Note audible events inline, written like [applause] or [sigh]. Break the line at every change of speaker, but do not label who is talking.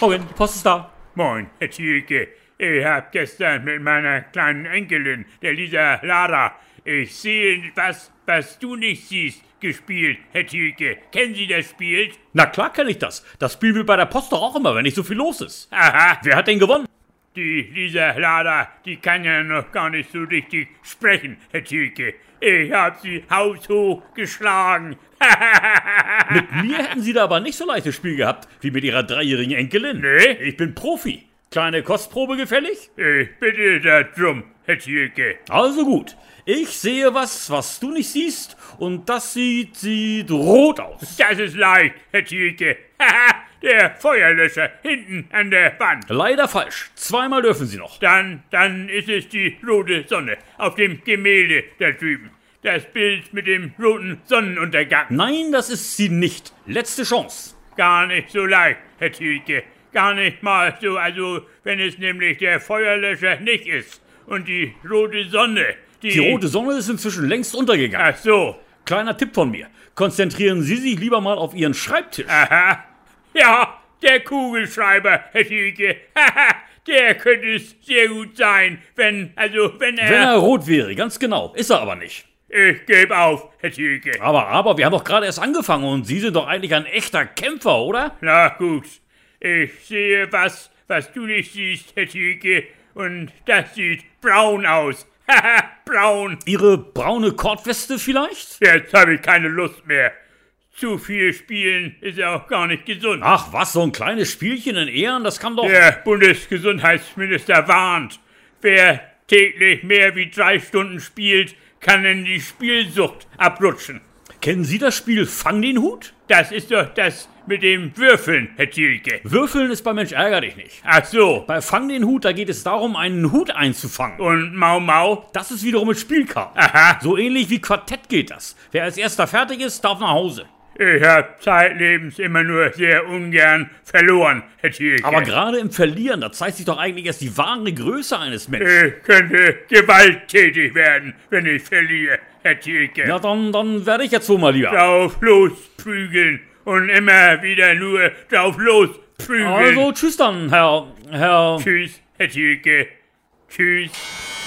Hau hin, die Post ist da.
Moin, Herr Thielke. Ich hab gestern mit meiner kleinen Enkelin, der Lisa Lara, ich sehe was, was du nicht siehst, gespielt, Herr Thielke. Kennen Sie das Spiel?
Na klar kenne ich das. Das spielen wir bei der Post doch auch immer, wenn nicht so viel los ist.
Aha,
Wer hat denn gewonnen?
die Lisa Lara, die kann ja noch gar nicht so richtig sprechen, Herr Thielke. Ich hab sie haushoch geschlagen. [laughs]
Mit mir hätten Sie da aber nicht so leichtes Spiel gehabt, wie mit Ihrer dreijährigen Enkelin.
Nee.
Ich bin Profi. Kleine Kostprobe gefällig?
Ich bitte darum, Herr Thielke.
Also gut. Ich sehe was, was du nicht siehst, und das sieht, sieht rot aus.
Das ist leicht, Herr Thielke. [laughs] der Feuerlöscher hinten an der Wand.
Leider falsch. Zweimal dürfen Sie noch.
Dann, dann ist es die rote Sonne auf dem Gemälde da drüben. Das Bild mit dem roten Sonnenuntergang.
Nein, das ist sie nicht. Letzte Chance.
Gar nicht so leicht, Herr Thielke. Gar nicht mal so, also wenn es nämlich der Feuerlöscher nicht ist und die rote Sonne. Die,
Die rote Sonne ist inzwischen längst untergegangen. Äh,
Ach so.
Kleiner Tipp von mir. Konzentrieren Sie sich lieber mal auf Ihren Schreibtisch.
Aha. Ja, der Kugelschreiber, Herr Thielke. Haha, der könnte es sehr gut sein, wenn, also wenn
Wenn
[laughs] er...
er rot wäre, ganz genau. Ist er aber nicht.
ich gebe auf, Herr Thielke.
Aber, aber, wir haben doch gerade erst angefangen und Sie sind doch eigentlich ein echter Kämpfer, oder?
Na gut, ich sehe was, was du nicht siehst, Herr Thielke, und das sieht braun aus. [laughs] Haha, braun.
Ihre braune Kordweste vielleicht?
Jetzt habe ich keine Lust mehr. Zu viel Spielen ist ja auch gar nicht gesund.
Ach was, so ein kleines Spielchen in Ehren, das kann doch...
Der Bundesgesundheitsminister warnt, wer täglich mehr wie drei Stunden spielt, kann in die Spielsucht abrutschen.
Kennen Sie das Spiel Fang den Hut?
Das ist doch das mit dem Würfeln, Herr Thielke.
Würfeln ist bei Mensch ärger dich nicht.
Ach so,
Bei Fang den Hut, da geht es darum, einen Hut einzufangen.
und Mau Mau?
Das ist wiederum mit Spielkarten.
Aha.
So ähnlich wie Quartett geht das. Wer als erster fertig ist, darf nach Hause.
Ich hab zeitlebens immer nur sehr ungern verloren, Herr Thielke.
Aber gerade im Verlieren, da zeigt sich doch eigentlich erst die wahre Größe eines Menschen.
ich könnte gewalttätig werden, wenn ich verliere, Herr Thielke.
Ja, dann, dann werde ich jetzt wohl mal lieber.
Drauf losprügeln und immer wieder nur drauf losprügeln.
Also, tschüss dann, Herr, Herr...
Tschüss, Herr Thielke. Tschüss.